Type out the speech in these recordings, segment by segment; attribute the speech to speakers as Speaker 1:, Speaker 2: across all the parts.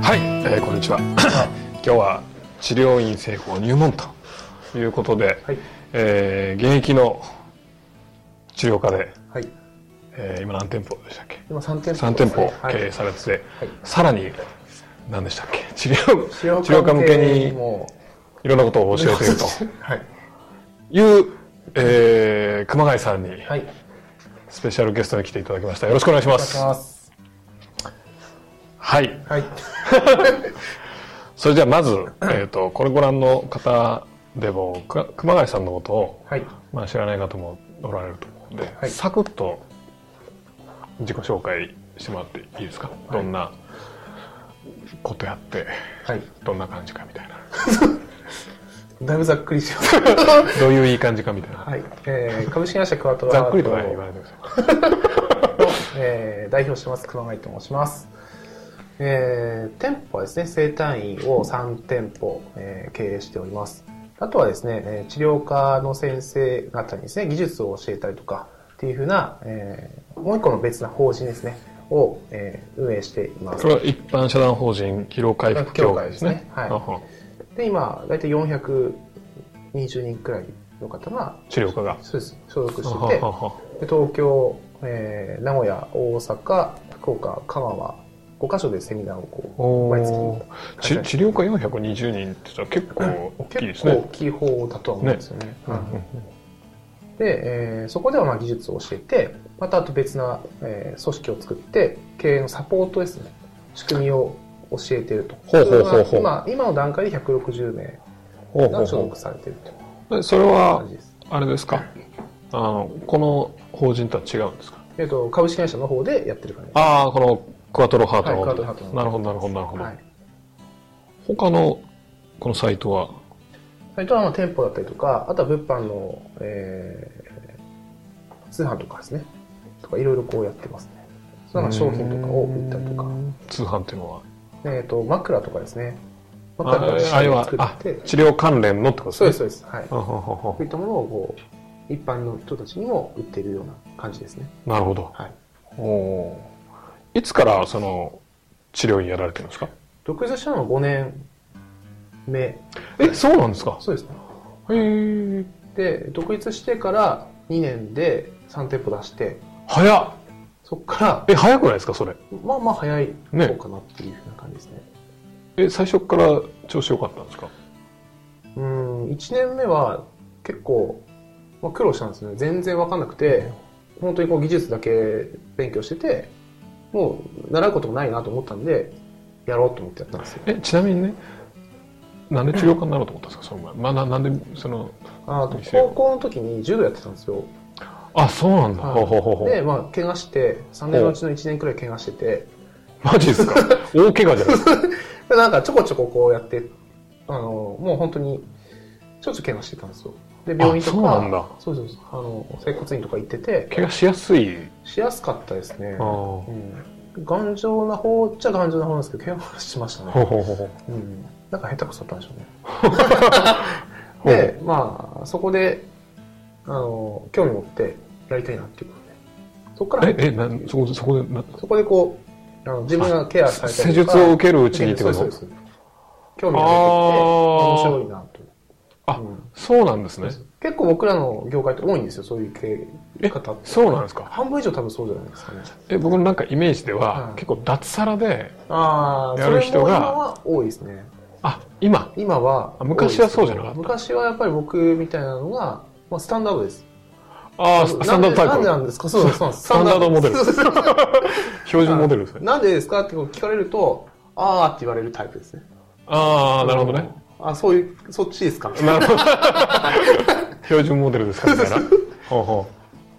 Speaker 1: にちは 今日は治療院成功入門ということで、
Speaker 2: はい
Speaker 1: えー現役の治療家で、
Speaker 2: はい。
Speaker 1: えー今何店舗でしたっけ
Speaker 2: 今3店舗、
Speaker 1: 3店舗
Speaker 2: はい。
Speaker 1: 経営されてて、
Speaker 2: はい
Speaker 1: さらに何でしたっけ治療
Speaker 2: 治療
Speaker 1: 治療家向けに
Speaker 2: も
Speaker 1: いろんなことを
Speaker 2: う
Speaker 1: 教えていると
Speaker 2: はい。
Speaker 1: いう、えー熊谷さんに
Speaker 2: はい。お願い
Speaker 1: スペシャルゲストに来ていただきましたよろしくお願いしま
Speaker 2: し
Speaker 1: す
Speaker 2: ます。
Speaker 1: はい
Speaker 2: はい。
Speaker 1: それじゃあまず、えー、とこれご覧の方でもく熊谷さんのことを、
Speaker 2: はい。
Speaker 1: まあ、知らない方もおられると思うんで、
Speaker 2: はい
Speaker 1: サクッと自己紹介してもらっていいですか、どんなことやって
Speaker 2: はい。
Speaker 1: どんな感じかみたいな
Speaker 2: だいぶざっくりします。
Speaker 1: どういういい感じかみたいな、
Speaker 2: はい。えー、株式会社クワトラ
Speaker 1: ざっくりとは言わないでください
Speaker 2: えー代表してます熊谷と申します、えー店舗はですね生態院を3店舗、えー経営しておりますあとはですねえー治療科の先生方にですね技術を教えたりとかっていうふうな、えーもう一個の別な法人ですねを、えー運営しています
Speaker 1: それは一般社団法人疲労回復協会ですね
Speaker 2: はい
Speaker 1: あは
Speaker 2: で今大体420人くらいの方が
Speaker 1: 治療家が
Speaker 2: そうです所属
Speaker 1: あ
Speaker 2: し
Speaker 1: は
Speaker 2: てて
Speaker 1: はは
Speaker 2: で東京、えー名古屋大阪福岡香川5箇所でセミナーをこう毎月
Speaker 1: おーち治療家420人って言ったら結構大きいで
Speaker 2: 結
Speaker 1: す
Speaker 2: 構
Speaker 1: ね
Speaker 2: 大きい方だとは思うんですよね
Speaker 1: うんうんうん
Speaker 2: で、えーそこではまあ技術を教えてまたあと別な、えー組織を作って経営のサポートですね仕組みを教えていると
Speaker 1: ほうほうほうほう
Speaker 2: それが今今の段階で160名
Speaker 1: ほうほ
Speaker 2: が
Speaker 1: う
Speaker 2: 所属
Speaker 1: ほ
Speaker 2: されているという
Speaker 1: うでそれ
Speaker 2: 感
Speaker 1: は
Speaker 2: じです、
Speaker 1: あれですかあのこの法人とは違うんですか
Speaker 2: えー、と株式会社の方でやってる感じで
Speaker 1: ああこのクワトロハートの
Speaker 2: はいクワトロハートの
Speaker 1: なるほどなるほどなるほ
Speaker 2: す、
Speaker 1: ど、
Speaker 2: はい、
Speaker 1: 他のこのサイトは
Speaker 2: それとはまあ店舗だったりとか、あとは物販の、えー通販とかですね。とかいろいろこうやってますね。その商品とかを売ったりとか
Speaker 1: う、ん通販っていうのは
Speaker 2: えっ、と、枕とかですね。
Speaker 1: あ
Speaker 2: 枕とか
Speaker 1: あれ
Speaker 2: を
Speaker 1: は
Speaker 2: 作
Speaker 1: あ
Speaker 2: って、
Speaker 1: 治療関連のってことです
Speaker 2: そう
Speaker 1: ね
Speaker 2: です、そうです。はい。
Speaker 1: あ
Speaker 2: こ
Speaker 1: ははは
Speaker 2: ういったものをこう、一般の人たちにも売っているような感じですね。
Speaker 1: なるほど
Speaker 2: はい。
Speaker 1: おーいつからその治療院やられてるんですか
Speaker 2: 独立したのは5年目。
Speaker 1: えそうなんですか
Speaker 2: そうですね。
Speaker 1: へえ
Speaker 2: で、独立してから2年で3店舗出して、
Speaker 1: 早っ
Speaker 2: そこから、
Speaker 1: え早くないですかそれ
Speaker 2: まあまあ早い
Speaker 1: ね
Speaker 2: 方かなっていうふうな感じですね
Speaker 1: え最初から調子良かったんですか
Speaker 2: うん1年目は結構、まあ、苦労したんですよね全然分かんなくて本当にこう技術だけ勉強しててもう習うこともないなと思ったんでやろうと思ってやったんですよ
Speaker 1: えちなみにねなんで治療家になろうと思ったんですかその前、まあ、ななんでその
Speaker 2: あと高校の時に柔道やってたんですよ
Speaker 1: あそうなんだ、
Speaker 2: はい
Speaker 1: ほうほうほうほ
Speaker 2: で
Speaker 1: う
Speaker 2: まあ怪我して3年のうちの1年くらい怪我してて
Speaker 1: マジですか大怪我じゃないですか
Speaker 2: でなんかちょこちょここうやってあのもう本当にちょっと怪我してたんですよで病院とか
Speaker 1: そうなんだ
Speaker 2: そうそうそうあの整骨院とか行ってて
Speaker 1: 怪我しやすい
Speaker 2: しやすかったですね
Speaker 1: あーほ
Speaker 2: うん頑丈な方っちゃ頑丈な方なんですけど、怪我しました
Speaker 1: うほう
Speaker 2: ね。
Speaker 1: ほうほう
Speaker 2: うん。なんか下手くそだったんでしょ う
Speaker 1: ほ
Speaker 2: ね。
Speaker 1: う
Speaker 2: で、まあ、そこで、あの、興味持ってやりたいなっていうことで。そこから入
Speaker 1: え
Speaker 2: って
Speaker 1: えなんそこそこでな
Speaker 2: そこでこう、あの自分がケアされた
Speaker 1: 施
Speaker 2: りとか。
Speaker 1: 術を受けるうちにってこと
Speaker 2: そうですそうです興味が出てき
Speaker 1: あ
Speaker 2: て、面
Speaker 1: ー
Speaker 2: 白いなと。
Speaker 1: あ
Speaker 2: うん
Speaker 1: そうなんですね
Speaker 2: 結構僕らの業界って多いんですよ、そういう経営
Speaker 1: え
Speaker 2: 方って。
Speaker 1: そうなんですか
Speaker 2: 半分以上多分そうじゃないですかね。
Speaker 1: え僕のなんかイメージでは、
Speaker 2: うん
Speaker 1: 結構脱サラで
Speaker 2: ああ、
Speaker 1: やる人が
Speaker 2: それも今は多いですね。
Speaker 1: あ今
Speaker 2: 今は
Speaker 1: あ昔はそうじゃなかった
Speaker 2: 昔はやっぱり僕みたいなのが、まあ、スタンダードです
Speaker 1: ああ
Speaker 2: なん
Speaker 1: ス
Speaker 2: で
Speaker 1: タンダードタイプ
Speaker 2: なんでなんですかそうそうそ う
Speaker 1: スタンダードモデル
Speaker 2: そうそうそう
Speaker 1: 標準モデルですね
Speaker 2: なんでですかって聞かれるとああって言われるタイプですね
Speaker 1: ああなるほど ね
Speaker 2: あそういうそっちですかみたいな
Speaker 1: なるほど 標準モデルですかみたい なほうほ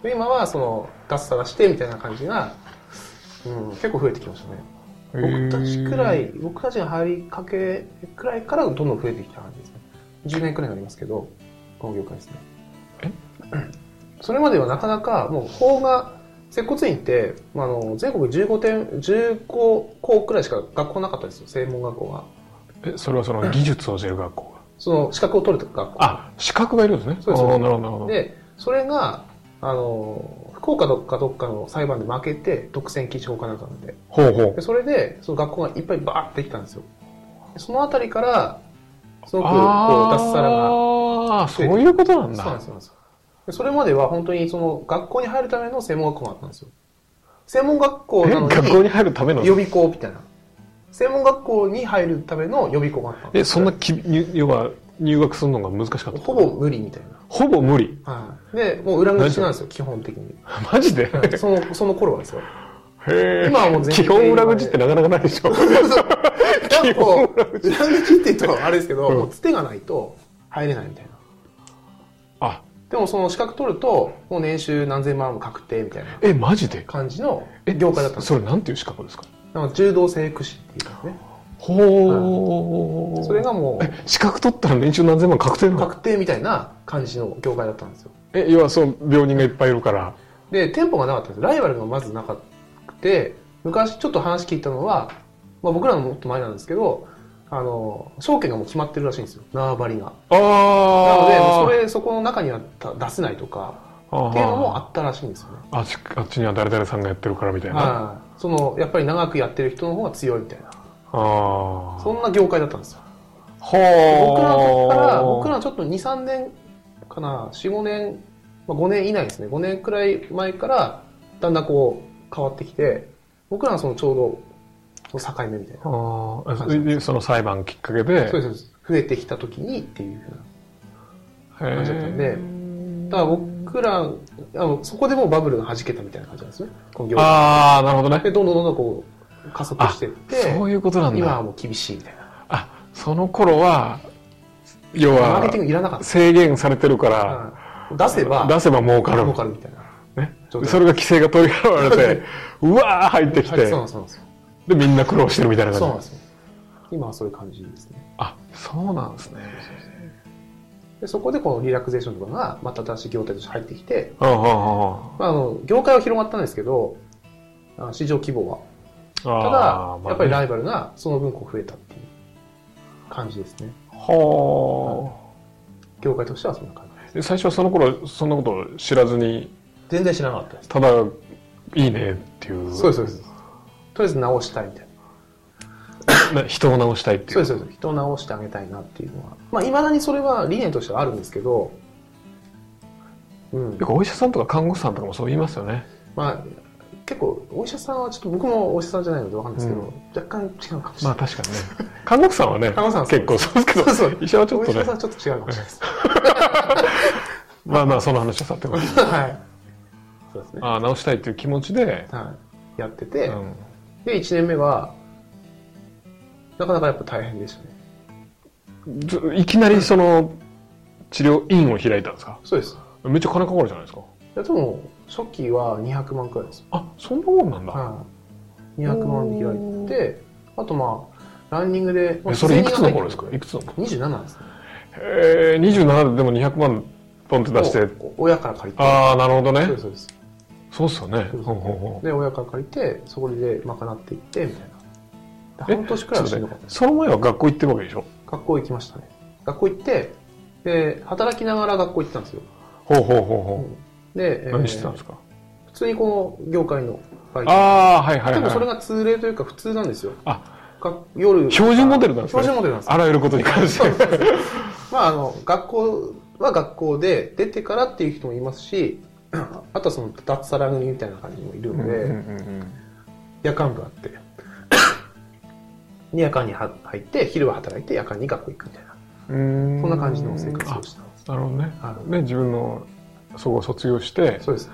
Speaker 2: で今はその脱サラしてみたいな感じが、うん、結構増えてきましたね
Speaker 1: う
Speaker 2: 僕たちくらい僕たちが入りかけくらいからどんどん増えてきた感じですね10年くらいになりますけどこの業界ですね
Speaker 1: え
Speaker 2: それまではなかなかもう法が接骨院って、まあ、あの全国15点15校くらいしか学校なかったですよ専門学校が
Speaker 1: えそれはその技術を教える学校が
Speaker 2: その資格を取るとか学校
Speaker 1: あ資格がいるんですね
Speaker 2: そうです
Speaker 1: あーなるほどなるほど
Speaker 2: でそれがあの福岡どっかどっかの裁判で負けて独占禁止法かなんかなんで
Speaker 1: ほうほう
Speaker 2: でそれでその学校がいっぱいバーってできたんですよそのあたりから、すごくこう
Speaker 1: あー
Speaker 2: 脱サラが
Speaker 1: そういうことなん
Speaker 2: そうな
Speaker 1: だ
Speaker 2: んです。そうなんですでそれまでは本当にその学校に入るための専門学校があったんですよ。専門学校
Speaker 1: え
Speaker 2: なの
Speaker 1: 学校
Speaker 2: に
Speaker 1: に入るための
Speaker 2: 予備校みたいな。専門学校に入るための予備校があったんです
Speaker 1: えそ
Speaker 2: よ
Speaker 1: んなき入要は入学するのが難しかった
Speaker 2: ほぼ無理みたい
Speaker 1: ほぼ無理
Speaker 2: な。はい。で、もう裏口なんですよ、基本的に。
Speaker 1: マジで
Speaker 2: はいその、その頃は ですよ。
Speaker 1: へえ
Speaker 2: 今はもう全然
Speaker 1: 基本裏口ってなかなかないでしょ
Speaker 2: なんかこう、裏口って言うとあれですけど、
Speaker 1: うん
Speaker 2: もうつてがないと入れないみたいな。
Speaker 1: あ
Speaker 2: でもその資格取ると、もう年収何千万も確定みたいな
Speaker 1: えマジで
Speaker 2: 感じの業界だったんです
Speaker 1: それなんていう資格ですか
Speaker 2: なんか柔道整復師っていうんですね。
Speaker 1: ほう
Speaker 2: それがもう、
Speaker 1: 資格取ったら年収何千万確定なの
Speaker 2: 確定みたいな感じの業界だったんですよ
Speaker 1: え要はそう病人がいっぱいいるから
Speaker 2: で店舗がなかったんですライバルがまずなかくて昔ちょっと話聞いたのは、まあ、僕らのもっと前なんですけどあの証券がもう決まってるらしいんですよ縄張りが
Speaker 1: あ
Speaker 2: なので
Speaker 1: あ
Speaker 2: それそこの中には出せないとかっていうのもあったらしいんですよね
Speaker 1: あっちあっちには誰々さんがやってるからみたいなあ
Speaker 2: はいそのやっぱり長くやってる人の方が強いみたいな
Speaker 1: あ
Speaker 2: そんな業界だったんですよ
Speaker 1: ほ
Speaker 2: 僕らの時から
Speaker 1: う
Speaker 2: 僕らのちょっと23年かな45年、まあ、5年以内ですね5年くらい前からだんだんこう変わってきて僕らのそのちょうどその境目みたいな
Speaker 1: ああそれでその裁判きっかけで
Speaker 2: そうですそうです増えてきた時にっていうふうな
Speaker 1: へえ
Speaker 2: 感じだったんでだから僕らあのそこでもうバブルが弾けたみたいな感じなんですねこの業界
Speaker 1: ああなるほどね
Speaker 2: でどんどんどんどんこう加速していって
Speaker 1: そういうことなんだ
Speaker 2: 今はもう厳しいみたいな
Speaker 1: あその頃は要
Speaker 2: マーケティン
Speaker 1: は
Speaker 2: グいらなかった
Speaker 1: 制限されてるから、
Speaker 2: うん出せば
Speaker 1: 出せば儲かる
Speaker 2: 儲かるみたいな
Speaker 1: ね
Speaker 2: ちょっと
Speaker 1: それが規制が取り払われてうわー入ってき
Speaker 2: はい
Speaker 1: て
Speaker 2: そうなんですそうなんです
Speaker 1: でみんな苦労してるみたいな
Speaker 2: そうなん
Speaker 1: 感
Speaker 2: で
Speaker 1: じ
Speaker 2: すよ。今はそういう感じですね。
Speaker 1: あそうなんですね
Speaker 2: でそこでこのリラクゼーションとかがまた新しい業態として入ってきて、
Speaker 1: あああ
Speaker 2: まあ、あの業界は広がったんですけど、あの市場規模は。
Speaker 1: ああ
Speaker 2: ただ、
Speaker 1: あ
Speaker 2: やっぱり
Speaker 1: まあ
Speaker 2: ラ
Speaker 1: ね
Speaker 2: イバルがその分こう増えたっていう感じですね。
Speaker 1: ほ
Speaker 2: 業界としてはそんな感じです。
Speaker 1: う最初はその頃そんなことを知らずに
Speaker 2: 全然知らなかったです。
Speaker 1: ただいいねっていう
Speaker 2: そうです、そうです。とりあえず直したいみたいな。
Speaker 1: な人を直したいっていう
Speaker 2: そうです、そうです。人を直してあげたいなっていうのは。まあ、いまだにそれは理念としてはあるんですけど、うん
Speaker 1: よ。くお医者さんとか看護師さんとかもそう言いますよね
Speaker 2: まあ、結構お医者さんはちょっと僕もお医者さんじゃないのでわかんないですけど、
Speaker 1: う
Speaker 2: 若干違うかもしれ
Speaker 1: ま
Speaker 2: な
Speaker 1: あ
Speaker 2: い、
Speaker 1: 確かにね看護師さんはね
Speaker 2: 看護師さんはそう
Speaker 1: 結構そうですけど
Speaker 2: そう そう
Speaker 1: 医者はちょ
Speaker 2: お
Speaker 1: っ
Speaker 2: 医
Speaker 1: と
Speaker 2: 者
Speaker 1: ね
Speaker 2: さんはちょっと違うかもしれないです
Speaker 1: まあまあその話 はさておき
Speaker 2: はいそうですね、
Speaker 1: ああ直したいっていう気持ちで、
Speaker 2: はい、やってて、
Speaker 1: うん、
Speaker 2: で1年目はなかなかやっぱ大変でしたね
Speaker 1: ずいきなりその治療院を開いたんですか
Speaker 2: そうです
Speaker 1: めっちゃ金かかるじゃないですか
Speaker 2: でも初期は200万くらいですよ、
Speaker 1: あそんなもんなんだ、
Speaker 2: はい、200万で開いてあとまあランニングで
Speaker 1: えそれいくつの頃ですかいくつの頃
Speaker 2: 27ですね
Speaker 1: えー、27ででも200万ポンって出して
Speaker 2: お親から借りて
Speaker 1: ああなるほど
Speaker 2: そう
Speaker 1: ね
Speaker 2: ですそうです
Speaker 1: そうっすよね
Speaker 2: そうです
Speaker 1: ほんほんほん
Speaker 2: で親から借りてそこで賄っていってみたいなで
Speaker 1: え
Speaker 2: 半年
Speaker 1: ち
Speaker 2: くらい
Speaker 1: ょっ
Speaker 2: はし
Speaker 1: と
Speaker 2: んど
Speaker 1: 待
Speaker 2: か
Speaker 1: った
Speaker 2: っ
Speaker 1: て
Speaker 2: です
Speaker 1: その前は学校行ってるわけでしょ
Speaker 2: 学校行きましたね学校行ってで働きながら学校行ってたんですよ
Speaker 1: ほうほうほうほ
Speaker 2: で、
Speaker 1: う
Speaker 2: えー
Speaker 1: 何してたんですか、
Speaker 2: 普通にこの業界のバイト
Speaker 1: ああはいはい
Speaker 2: でもそれ
Speaker 1: はい
Speaker 2: が通例というか普通なんですよ
Speaker 1: あ
Speaker 2: が夜
Speaker 1: 標準モデルなんですね
Speaker 2: 標準モデルなんですよ
Speaker 1: あらゆることに関して
Speaker 2: まああの学校は学校で出てからっていう人もいますし あとはその脱サラ組みたいな感じもいるので、夜間部あってで夜間には入って昼は働いて夜間に学校行くみたいな
Speaker 1: そん
Speaker 2: そんな感じの生活をしてたんです
Speaker 1: なるほどね
Speaker 2: は。い
Speaker 1: で、自分の、そこを卒業して、
Speaker 2: そうです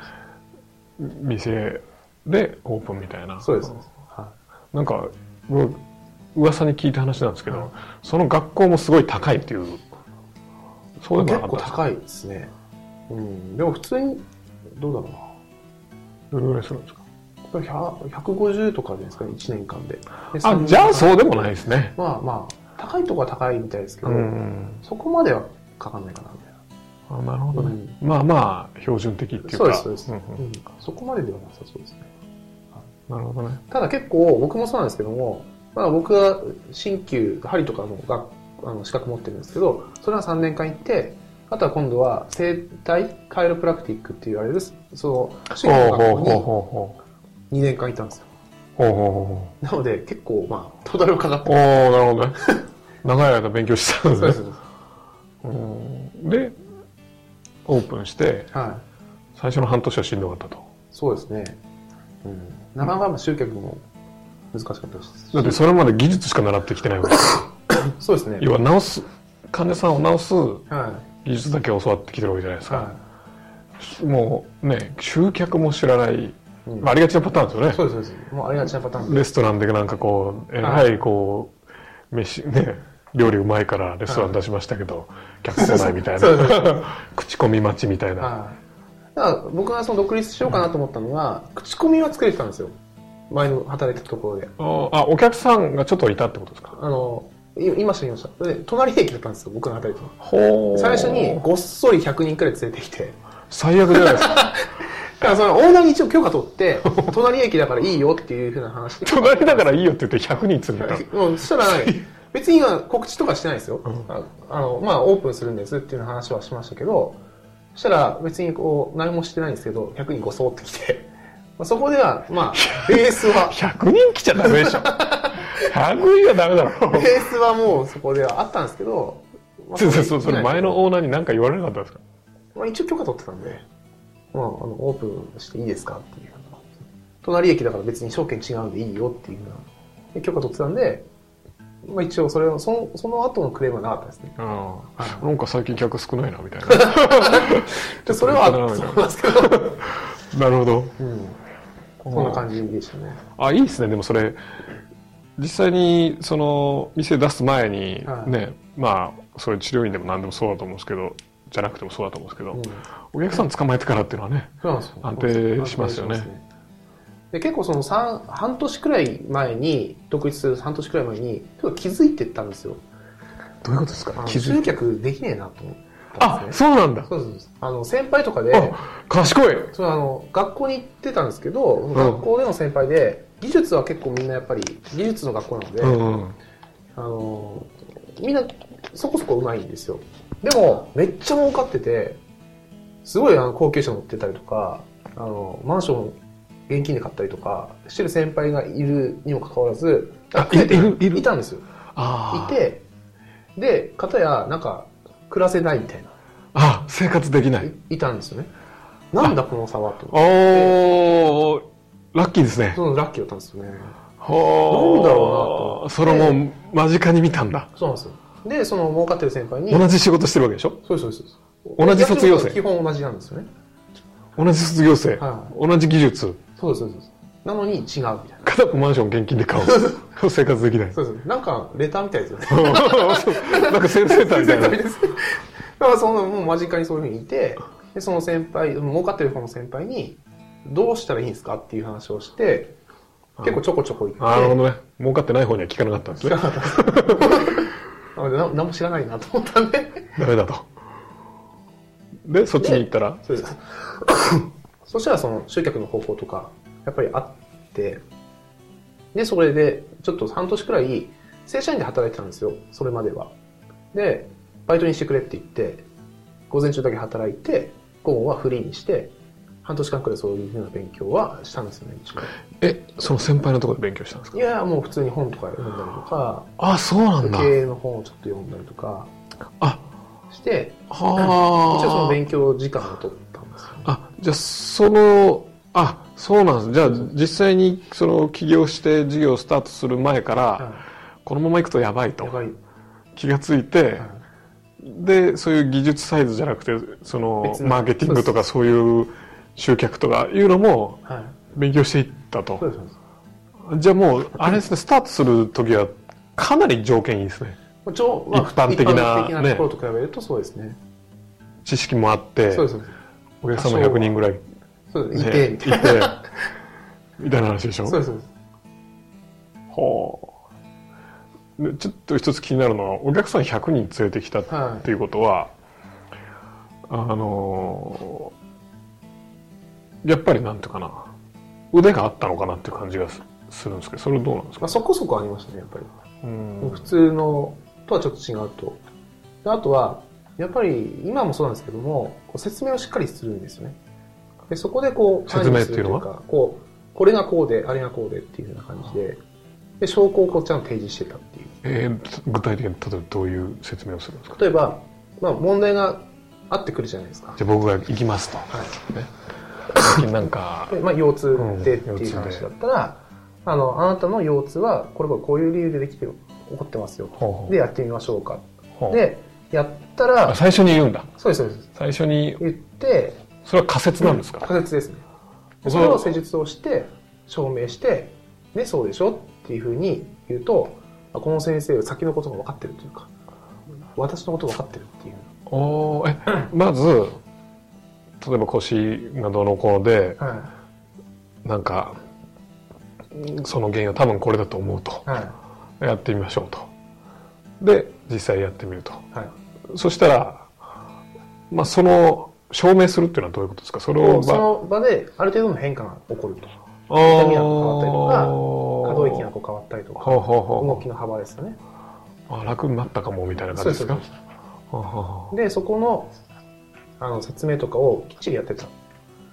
Speaker 1: 店でオープンみたいな。
Speaker 2: そうです、は
Speaker 1: なんか、僕噂に聞いた話なんですけ
Speaker 2: は
Speaker 1: ど
Speaker 2: い、
Speaker 1: その学校もすごい高いっていう。
Speaker 2: い、
Speaker 1: そうでもな
Speaker 2: 結
Speaker 1: か
Speaker 2: 構
Speaker 1: った
Speaker 2: 高いですねうんでも普通にどうだろうな
Speaker 1: どれぐらいするんですか
Speaker 2: これ100 150とかじゃないですか、ね、1年間でで
Speaker 1: あ
Speaker 2: 3、
Speaker 1: じゃあそうでもないですね。
Speaker 2: まあまあ高いとこは高いみたいですけど、
Speaker 1: うん。
Speaker 2: そこまではかかんないかなみたい
Speaker 1: あな
Speaker 2: な
Speaker 1: るほど
Speaker 2: う
Speaker 1: ね
Speaker 2: ん。
Speaker 1: まあまあ、標準的っていうか。
Speaker 2: そうですそうです、
Speaker 1: んん
Speaker 2: うんそこまでではなさそうですね
Speaker 1: なるほどね。
Speaker 2: ただ結構僕もそうなんですけども、まあ、僕は鍼灸針とかのがあの資格持ってるんですけどそれは3年間行ってあとは今度は整体カイロプラクティックって言われるその鍼
Speaker 1: ほう
Speaker 2: 灸
Speaker 1: ほうほ
Speaker 2: の
Speaker 1: う
Speaker 2: 学校
Speaker 1: ほう
Speaker 2: に2年間行ったんですよ
Speaker 1: ほう。ほうほうほうほう。
Speaker 2: なので結構まあトータルはかかって
Speaker 1: おー、なるほどね。 長い間勉強してたん
Speaker 2: そう
Speaker 1: で
Speaker 2: ですす
Speaker 1: ね
Speaker 2: そうです
Speaker 1: うんでオープンして
Speaker 2: はい
Speaker 1: 最初の半年はしんどかったと
Speaker 2: そうですね、うん、なかなかまあ集客も難しかったですし
Speaker 1: だってそれまで技術しか習ってきてないわけですよ
Speaker 2: そうですね
Speaker 1: 要は直す患者さんを治す
Speaker 2: は
Speaker 1: 技術だけ教わってきてるわけじゃないです
Speaker 2: い
Speaker 1: か、
Speaker 2: は
Speaker 1: もうね集客も知らない、
Speaker 2: い、うん
Speaker 1: まあ、ありがちなパターンですよね
Speaker 2: そうですそうですもうありがちなパターンで
Speaker 1: レストランでなんかこうえらいこう飯ね料理うまいからレストラン出しましたけど客来ないみたい
Speaker 2: そうそう
Speaker 1: な 口コミ待ちみたいな
Speaker 2: はい、だから僕がその独立しようかなと思ったのは、口コミは作れてたんですよ前の働いてたところで
Speaker 1: ああお客さんがちょっといたってことですか
Speaker 2: あのい今知りましたで隣駅だったんですよ僕の働いてた
Speaker 1: ほ
Speaker 2: 最初にごっそり100人くらい連れてきて
Speaker 1: 最悪じゃないですか
Speaker 2: だからそのオーナーに一応許可取って隣駅だからいいよっていうふうな 話 で
Speaker 1: 隣だからいいよって言って100人連れてた
Speaker 2: もうそしたら別に今告知とかしてないですよ、
Speaker 1: うん
Speaker 2: ああのまあオープンするんですっていう話はしましたけどそしたら別にこう何もしてないんですけど100人ごそってきて、まあ、そこでは まあベース は
Speaker 1: 100人来ちゃダメでし ょ100人はダメだろ
Speaker 2: ベースはもうそこではあったんですけど、まあ
Speaker 1: そうそうそうそれ前のオーナーに何か言われなかったですか
Speaker 2: まあ、一応許可取ってたんで、まあ、あのオープンしていいですかっていう隣駅だから別に証券違うんでいいよっていうようなで許可取ってたんで、まあ、一応それをそのその後のクレームはなかったですね
Speaker 1: うんなんか最近客少ないなみたいな
Speaker 2: でそれはあ
Speaker 1: な
Speaker 2: っ
Speaker 1: る
Speaker 2: た
Speaker 1: ほど
Speaker 2: そうなんですけど、
Speaker 1: なるほど
Speaker 2: うん、こんな感じでしたね
Speaker 1: あいいですねでもそれ実際にその店出す前に
Speaker 2: はい
Speaker 1: ね、まあそれ治療院でも何でもそうだと思うんですけどじゃなくてもそうだと思うんですけど、
Speaker 2: うん
Speaker 1: お客さん捕まえてからっていうのはね
Speaker 2: そうなんです
Speaker 1: 安
Speaker 2: よ
Speaker 1: 定しますよね
Speaker 2: 安定しで結構その三半年くらい前に独立する半年くらい前にちょっと気づいてったんですよ
Speaker 1: どういうことです
Speaker 2: あ
Speaker 1: か
Speaker 2: の
Speaker 1: 気づ
Speaker 2: 集
Speaker 1: い
Speaker 2: 客できねえなと思った
Speaker 1: あ
Speaker 2: んです
Speaker 1: そ
Speaker 2: ね
Speaker 1: うなんだ
Speaker 2: そうそうそうあの先輩とかで
Speaker 1: あ賢い
Speaker 2: そのあの学校に行ってたんですけど学校での先輩で技術は結構みんなやっぱり技術の学校なので、
Speaker 1: うんうん
Speaker 2: あのみんなそこそこうまいんですよでもめっちゃ儲かっててすごいあの高級車乗ってたりとかあのマンションを現金で買ったりとかしてる先輩がいるにもかかわらず
Speaker 1: あ
Speaker 2: 増えて
Speaker 1: いるいる
Speaker 2: いたんですよい
Speaker 1: あー
Speaker 2: てで片やなんか暮らせないみたいな
Speaker 1: あ生活できない
Speaker 2: いいたんですよねなんだこの差はと
Speaker 1: おーラッキーですね
Speaker 2: そのラッキーだったんですよね
Speaker 1: ほー
Speaker 2: なんだろうなと
Speaker 1: それもう間近に見たんだ
Speaker 2: そうなんですよでその儲かってる先輩に
Speaker 1: 同じ仕事してるわけでしょ
Speaker 2: そうですそうです
Speaker 1: 同じ卒業生
Speaker 2: 基本同じなんですよね
Speaker 1: 同じ卒業生、
Speaker 2: は
Speaker 1: 同じ技術
Speaker 2: そうですそうですなのに違うみたいな
Speaker 1: 片っぽマンション現金で買 う生活できない
Speaker 2: そうですなんかレターみたいですよね
Speaker 1: なんか先生たみたいな
Speaker 2: レターみたいです だからそのもう間近にそういうふうにいてでその先輩儲かってる方の先輩にどうしたらいいんですかっていう話をして結構ちょこちょこ行って
Speaker 1: あーなるほどね儲かってない方には聞かなかったんですね
Speaker 2: なのでな何も知らないなと思ったんで
Speaker 1: ダメだとでそっちに行ったら
Speaker 2: そうです そしたらその集客の方法とかやっぱりあってでそれでちょっと半年くらい正社員で働いてたんですよそれまではでバイトにしてくれって言って午前中だけ働いて午後はフリーにして半年間くらいそういうふうな勉強はしたんですよね一応
Speaker 1: えその先輩のところで勉強したんですか
Speaker 2: いやもう普通に本とか読んだりとか
Speaker 1: あそうなんだ
Speaker 2: 経営の本をちょっと読んだりとか
Speaker 1: あ
Speaker 2: して一応その
Speaker 1: は
Speaker 2: 勉強時間を取ったんですよね
Speaker 1: ああじゃあそのあそうなんですじゃあ実際にその起業して事業をスタートする前から、
Speaker 2: は
Speaker 1: このまま行くとやばい
Speaker 2: い
Speaker 1: と
Speaker 2: やっぱり
Speaker 1: 気がついて、
Speaker 2: はい
Speaker 1: でそういう技術サイズじゃなくてその
Speaker 2: 別の
Speaker 1: マーケティングとかそういう集客とかいうのも
Speaker 2: はい
Speaker 1: 勉強していった
Speaker 2: そう
Speaker 1: と
Speaker 2: ですそうです
Speaker 1: じゃあもうあれですねスタートする時はかなり条件いいですね
Speaker 2: 一応、まあ、
Speaker 1: 一般的な
Speaker 2: 一般的な
Speaker 1: ね
Speaker 2: ところと比べるとそうですね。
Speaker 1: 知識もあって
Speaker 2: そうですそうです。
Speaker 1: お客様100人ぐらい、ね、
Speaker 2: そうです。いて、みた
Speaker 1: い
Speaker 2: いな。
Speaker 1: てみたいな話でしょ
Speaker 2: そうですそうです。
Speaker 1: ほうでちょっと一つ気になるのはお客さん100人連れてきた
Speaker 2: は
Speaker 1: っていうことは、あのーやっぱりなんていうかな腕があったのかなっていう感じがすするんですけどそれどうなんです
Speaker 2: い。ま
Speaker 1: か
Speaker 2: あ、そこそこありましたね、やっぱり。
Speaker 1: うん
Speaker 2: 普通のとはちょっと違うと。であとは、やっぱり今もそうなんですけども、こう説明をしっかりするんですよね。でそこでこう、
Speaker 1: 説明っていうのは
Speaker 2: 管理するとかこう、これがこうで、あれがこうでっていうような感じで、で証拠をこうちゃんと提示してたっていう。
Speaker 1: えー具体的に例えばどういう説明をするんですか
Speaker 2: 例えば、まあ、問題があってくるじゃないですか。
Speaker 1: じゃあ僕が行きますと、ね最近 なんか
Speaker 2: でまあ、腰痛でって
Speaker 1: うん
Speaker 2: いう
Speaker 1: 腰
Speaker 2: 話
Speaker 1: 痛で
Speaker 2: だったら、あの、あなたの腰痛は、これはこういう理由でできてる、起こってますよ。
Speaker 1: ほうほう
Speaker 2: で、やってみましょうか。
Speaker 1: ほう
Speaker 2: で、やった
Speaker 1: あ
Speaker 2: ら、
Speaker 1: 最初に言うんだ
Speaker 2: そうです、そうです。
Speaker 1: 最初に
Speaker 2: 言って、
Speaker 1: それは仮説なんですか、
Speaker 2: 仮説ですね。
Speaker 1: そう
Speaker 2: それを施術をして、証明して、ね、そうでしょっていうふうに言うと、あこの先生は先のことが分かってるというか、私のことが分かってるっていう。
Speaker 1: おーえまず例えば腰がどうのこうで
Speaker 2: は
Speaker 1: なんかその原因は多分これだと思うと
Speaker 2: い。はい。
Speaker 1: やってみましょうとで実際やってみると
Speaker 2: はい。
Speaker 1: そしたら、まあ、その証明するっていうのはどういうことですかそれを
Speaker 2: そ
Speaker 1: まあ
Speaker 2: の場で、ある程度の変化が起こると。
Speaker 1: あー
Speaker 2: 痛みが変わったりとか可動域が
Speaker 1: ほ
Speaker 2: こう変わったりとか、
Speaker 1: うほうほう
Speaker 2: 動きの幅ですよね。
Speaker 1: あ楽になったかもみたいな感じですか
Speaker 2: そうで
Speaker 1: ほうほうほ
Speaker 2: で、そこの、あの、説明とかをきっちりやってた。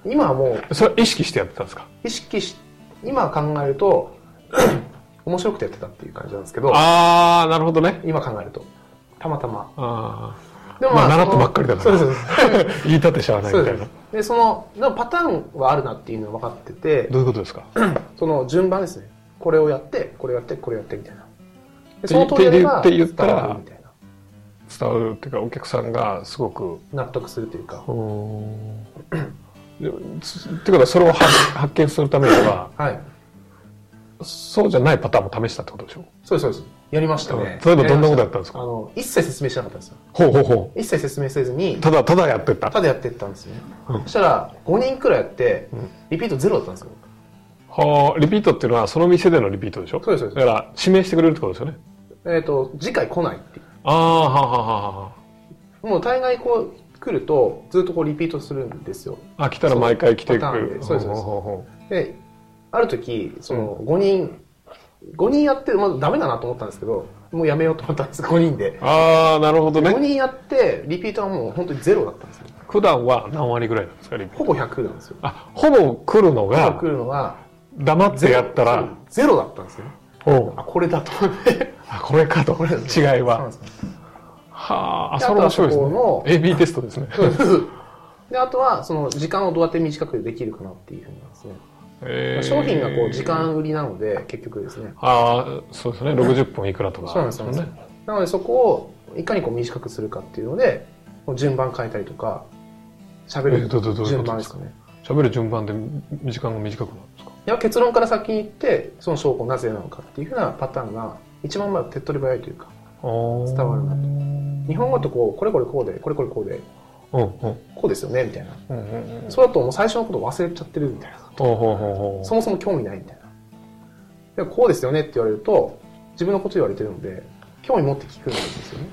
Speaker 2: 今はもう、
Speaker 1: うそれは意識してやってたんですか
Speaker 2: 意識し、今考えると、 面白くてやってたっていう感じなんですけど、
Speaker 1: ああなるほどね
Speaker 2: 今考えると。たまたま。
Speaker 1: あ ー
Speaker 2: で
Speaker 1: まあ習っ
Speaker 2: そ
Speaker 1: た
Speaker 2: の
Speaker 1: ばっかりだから
Speaker 2: そうですそうです
Speaker 1: 言い立てしゃあない
Speaker 2: そう
Speaker 1: みたい
Speaker 2: で
Speaker 1: な
Speaker 2: す。で、その、でもパターンはあるなっていうのは分かってて、
Speaker 1: どういうことですか
Speaker 2: その順番ですね。これをやって、これをやって、これをやってみたいな。
Speaker 1: て
Speaker 2: でその通りやれば
Speaker 1: って言ったら
Speaker 2: 伝わるみたいな。
Speaker 1: 伝わるっていうかお客さんがすごく
Speaker 2: 納得するというか。
Speaker 1: うー んでつってことはそれを発発見するためには
Speaker 2: はい。
Speaker 1: そうじゃないパターンも試したってことでしょ
Speaker 2: そうです、そうです。やりましたね。
Speaker 1: 例えばどんなことやったんですか
Speaker 2: あの、一切説明しなかったんですよ。
Speaker 1: ほうほうほ
Speaker 2: 一切説明せずに
Speaker 1: う、ただただやってった
Speaker 2: ただやってったんですよね。
Speaker 1: うん
Speaker 2: そしたら、5人くらいやって
Speaker 1: ん、
Speaker 2: リピートゼロだったんですよ。
Speaker 1: はあリピートっていうのはその店でのリピートでしょ
Speaker 2: そうですそうで
Speaker 1: だから指名してくれるってことですよね
Speaker 2: えっ、と、次回来ないってい
Speaker 1: ああはあはあはあは
Speaker 2: う。もう大概こう、来ると、ずっとこうリピートするんですよ。
Speaker 1: ああ来たら毎回来てく
Speaker 2: そうパターン
Speaker 1: る
Speaker 2: でそうです
Speaker 1: ほほほう
Speaker 2: で、ある時、その、5人、5人やって、まあダメだなと思ったんですけど、もうやめようと思ったんです、5人で。
Speaker 1: ああなるほど
Speaker 2: 5
Speaker 1: ね
Speaker 2: 人やって、リピートはもう本当にゼロだったんですよ。
Speaker 1: 普段は何割ぐらいなんですかリピート
Speaker 2: ほぼ100なんですよ。
Speaker 1: あほぼ来るの
Speaker 2: 今
Speaker 1: が
Speaker 2: 来るのが、
Speaker 1: 黙ってやったら
Speaker 2: ゼロだったんですよね。
Speaker 1: おう
Speaker 2: あ、これだと思って。
Speaker 1: あこれかと 違いは
Speaker 2: そうなんですよ
Speaker 1: はああ
Speaker 2: で
Speaker 1: それ面白いですね
Speaker 2: あとはそこ
Speaker 1: AB テストですね
Speaker 2: そうですで、あとは、その、時間をどうやって短くできるかなっていうふうになんですね。
Speaker 1: えー
Speaker 2: 商品がこう、時間売りなので、結局ですね。
Speaker 1: ああそうですね60分いくらとか
Speaker 2: そうなんですよね。なので、そこを、いかにこう、短くするかっていうので、もう順番変えたりとか、喋
Speaker 1: えどどどうい
Speaker 2: る
Speaker 1: う
Speaker 2: 順
Speaker 1: こと
Speaker 2: 番
Speaker 1: で
Speaker 2: ですす
Speaker 1: か
Speaker 2: かね。
Speaker 1: 喋る順番で時間が短くなるんですか
Speaker 2: いや、結論から先に言って、その証拠なぜなのかっていうふうなパターンが、一番まあ手っ取り早いというか、
Speaker 1: 伝
Speaker 2: 伝わるなと
Speaker 1: な
Speaker 2: 日本語ってこう、これこれこうで、これこれこうで、
Speaker 1: うんうん
Speaker 2: こうですよね、みたいな。
Speaker 1: うんうんうん
Speaker 2: そうだともう最初のこと忘れちゃってるみたいな。
Speaker 1: ほうほうほうほう
Speaker 2: そもそも興味ないみたいな。でこうですよねって言われると、自分のこと言われてるので、興味持って聞くんですよね。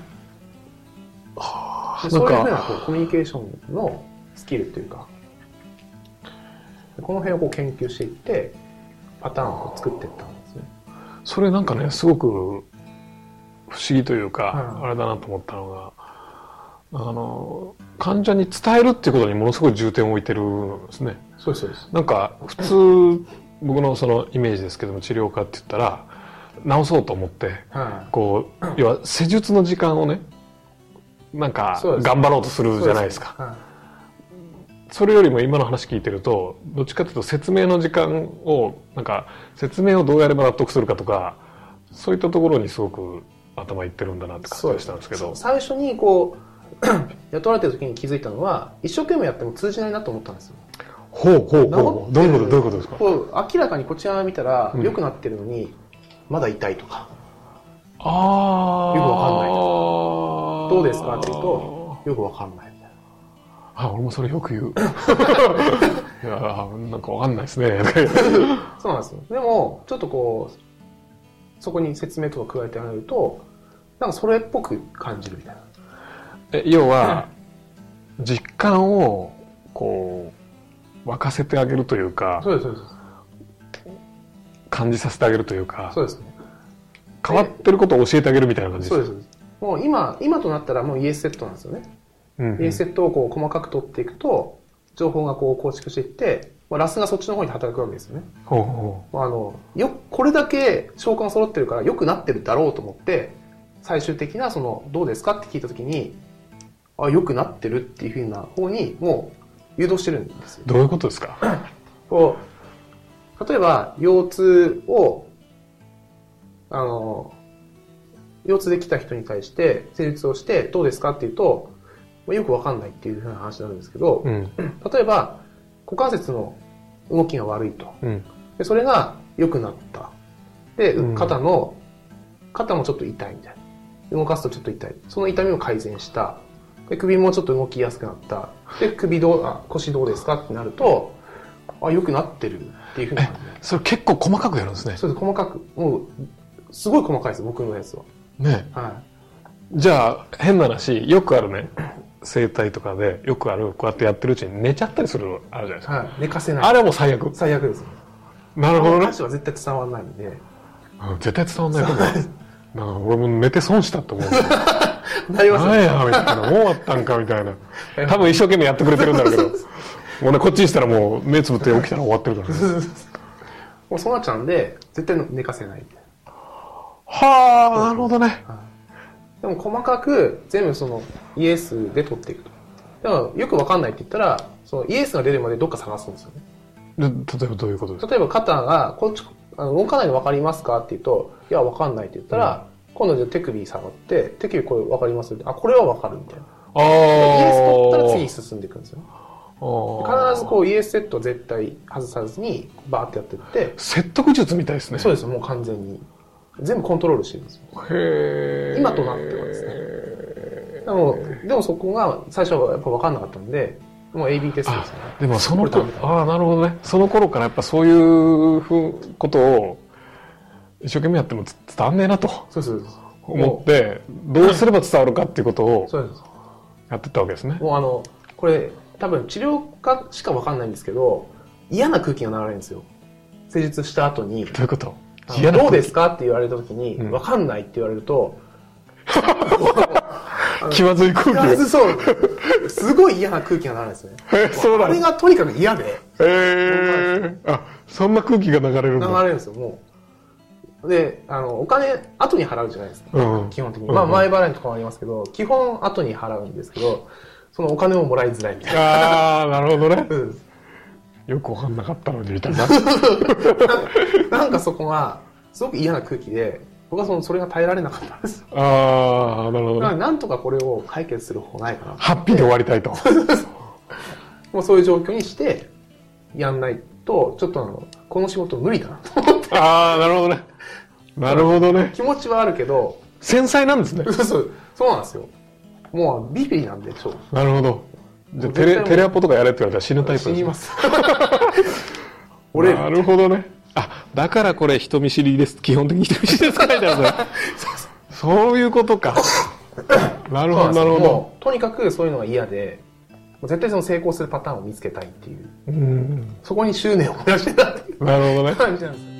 Speaker 2: でそういうふうなこうコミュニケーションのスキルというか、この辺をこう研究していって、パターンをこう作っていったんですね。
Speaker 1: それなんかねすごく不思議というか、
Speaker 2: うん
Speaker 1: あれだなと思ったのがあの患者に伝えるっていうことにものすごい重点を置いてるんですね
Speaker 2: そうです、そうです。
Speaker 1: なんか普通僕のそのイメージですけども治療科って言ったら治そうと思って
Speaker 2: は
Speaker 1: こう要は施術の時間をねなんか
Speaker 2: そうです
Speaker 1: 頑張ろうとす
Speaker 2: い。
Speaker 1: るじゃないですか
Speaker 2: は
Speaker 1: それよりも今の話聞いてるとどっちかというと説明の時間をなんか説明をどうやれば納得するかとかそういったところにすごく頭いってるんだなって感じがしたんですけど
Speaker 2: い。最初にこう、 雇われてる時に気づいたのは、一生懸命やっても通じないなと思ったんですよ。
Speaker 1: ほうほう
Speaker 2: 治
Speaker 1: ほ
Speaker 2: っ
Speaker 1: う
Speaker 2: て
Speaker 1: どうい
Speaker 2: る
Speaker 1: うことどういうことですか
Speaker 2: こう明らかにこっち側見たら
Speaker 1: うん
Speaker 2: 良くなってるのに、まだ痛いとか
Speaker 1: ああ
Speaker 2: よくわかんない
Speaker 1: ど
Speaker 2: どうですかって言うとよくわかんないみたい
Speaker 1: あ俺もそれよく言うい やーなんかわかんないですね
Speaker 2: な そうなんですよでもちょっとこうそこに説明とか加えてあげるとなんかそれっぽく感じるみたいな
Speaker 1: え要は実感をこう沸かせてあげるというか
Speaker 2: そうですそうです
Speaker 1: 感じさせてあげるというか
Speaker 2: そうですね
Speaker 1: 変わってることを教えてあげるみたいな感じ
Speaker 2: そうですそうですもう今今となったらもうイエスセットなんですよ
Speaker 1: う
Speaker 2: ね、
Speaker 1: んうん
Speaker 2: イエスセットをこう細かく取っていくと情報がこう構築していってまあ、ラスがそっちの方に働くわけですよね。
Speaker 1: ほうほ
Speaker 2: まああのよこれだけ召喚揃ってるから良くなってるだろうと思って最終的なそのどうですかって聞いた時にあ良くなってるっていうふうな方にもう誘導してるんですよ
Speaker 1: う。どういうことです か
Speaker 2: こう例えば腰痛をあの腰痛で来た人に対して施術をしてどうですかっていうとまあよくわかんないっていうふうな話になるんですけど
Speaker 1: うん。
Speaker 2: 例えば股関節の動きが悪いと。
Speaker 1: うん。
Speaker 2: でそれが良くなった。で
Speaker 1: う、ん
Speaker 2: 肩の、肩もちょっと痛いみたいな。動かすとちょっと痛い。その痛みを改善した。で、首もちょっと動きやすくなった。で、首どう、あ腰どうですかってなると、あ、良くなってるっていうふう になるね。
Speaker 1: それ結構細かくやるんですね。
Speaker 2: そうです、細かく。もう、すごい細かいです、僕のやつは。
Speaker 1: ね。
Speaker 2: は
Speaker 1: じゃあ、変な話、よくあるね、整体とかで、よくある、こうやってやってるうちに寝ちゃったりするのあるじゃないです
Speaker 2: い。
Speaker 1: か。
Speaker 2: はい。寝かせな
Speaker 1: あ
Speaker 2: い。
Speaker 1: れはもう最悪。
Speaker 2: 最悪です。
Speaker 1: なる
Speaker 2: こ
Speaker 1: ほど
Speaker 2: の
Speaker 1: ね。
Speaker 2: 話は絶対伝わらないんで。
Speaker 1: うん絶対伝わんないと思う。なんか俺も寝て損したと思う。
Speaker 2: な ります
Speaker 1: 何
Speaker 2: ね。
Speaker 1: やみたいな。もう終わったんかみたいな。多分一生懸命やってくれてるん だろうけど。もうね、こっちにしたらもう目つぶって起きたら終わってる からね。
Speaker 2: もうそうなっちゃうんで、絶対寝かせない。
Speaker 1: はあ、なるほどね。
Speaker 2: でも細かく全部そのイエスで取っていくと。だからよくわかんないって言ったら、そのイエスが出るまでどっか探すんですよね。
Speaker 1: で例えばどういうことですか
Speaker 2: 例えば肩がこっち、あの動かないのわかりますかって言うと、いや、わかんないって言ったら、今度じゃあ手首触って、手首これわかりますあ、これはわかるみたいな。
Speaker 1: あ
Speaker 2: イエス取ったら
Speaker 1: あ。
Speaker 2: 次に進んでいくんですよ。
Speaker 1: ああ
Speaker 2: 必ずこうイエスセットを絶対外さずにバーってやってって、
Speaker 1: 説得術みたいですね。
Speaker 2: そうですよ、もう完全に。全部コントロールしてるんですよ。
Speaker 1: へえ。
Speaker 2: 今となってはですねでも、でもそこが最初はやっぱ分かんなかったんで、もう AB テストですね。
Speaker 1: でもその
Speaker 2: これ
Speaker 1: 頃
Speaker 2: 食べ、た
Speaker 1: ああ、なるほどね。その頃からやっぱそういうふうことを一生懸命やってもつ伝わんねえなと
Speaker 2: そうそうそう。
Speaker 1: 思って、どうすれば伝わるかっていうことを
Speaker 2: そうです。
Speaker 1: やってったわけですね。
Speaker 2: もうあの、これ、多分治療科しか分かんないんですけど、嫌な空気が流れるんですよ。施術した後に、
Speaker 1: どういうこと
Speaker 2: あの
Speaker 1: 嫌な
Speaker 2: ど
Speaker 1: こ
Speaker 2: う
Speaker 1: と
Speaker 2: ですかって言われた時に、
Speaker 1: うん
Speaker 2: 分かんないって言われると、
Speaker 1: 気ま ずい空気
Speaker 2: 必
Speaker 1: が。
Speaker 2: ずそう、すごい嫌な空気が流れるんですね。
Speaker 1: えそうな
Speaker 2: あ
Speaker 1: ん
Speaker 2: れ
Speaker 1: だ。
Speaker 2: がとにかく嫌で、
Speaker 1: えー、あ、そんな空気が流れるん
Speaker 2: 流
Speaker 1: だ。
Speaker 2: れるんですよ、もう。で、あの、お金、後に払うじゃないですか。
Speaker 1: うん。
Speaker 2: 基本的に。
Speaker 1: うん
Speaker 2: まあ、前払いのとかもありますけど、基本後に払うんですけど、そのお金をもらいづらいみたいな。
Speaker 1: ああ、なるほどね。
Speaker 2: うん
Speaker 1: よくわかんなかったのに、みたいな。
Speaker 2: なんかそこが、すごく嫌な空気で、僕はそのそれが耐えられなかったんですよ。
Speaker 1: ああ、なるほ
Speaker 2: だ
Speaker 1: ど
Speaker 2: か
Speaker 1: ね。
Speaker 2: らなんとかこれを解決する方法ないかな。
Speaker 1: ハッピーで終わりたいと。
Speaker 2: もうそういう状況にして、やんないと、ちょっとあの、この仕事無理だな と。
Speaker 1: ああ、なるほどね。なるほどね。
Speaker 2: 気持ちはあるけど、
Speaker 1: 繊細なんですね。
Speaker 2: 嘘そうなんですよ。もうビビりなんで、ちょっ
Speaker 1: なるほど。じゃあテレ
Speaker 2: 絶対もう
Speaker 1: テレアポとかやれって言われたら死ぬタイ
Speaker 2: と
Speaker 1: プ
Speaker 2: 死
Speaker 1: です、
Speaker 2: に
Speaker 1: ね
Speaker 2: ま。す。折れる
Speaker 1: なるほどね。あ、だからこれ人見知りです。基本的に人見知りですって書い てあるんだよそういうこと か。 なる
Speaker 2: そう
Speaker 1: ほど、
Speaker 2: んです
Speaker 1: な
Speaker 2: よ
Speaker 1: るほど。
Speaker 2: もうとにかくそういうのが嫌で、もう絶対その成功するパターンを見つけたいっていう、
Speaker 1: うん。
Speaker 2: そこに執念を燃やしてたっていう
Speaker 1: なるほどね。
Speaker 2: 感じなんですよ。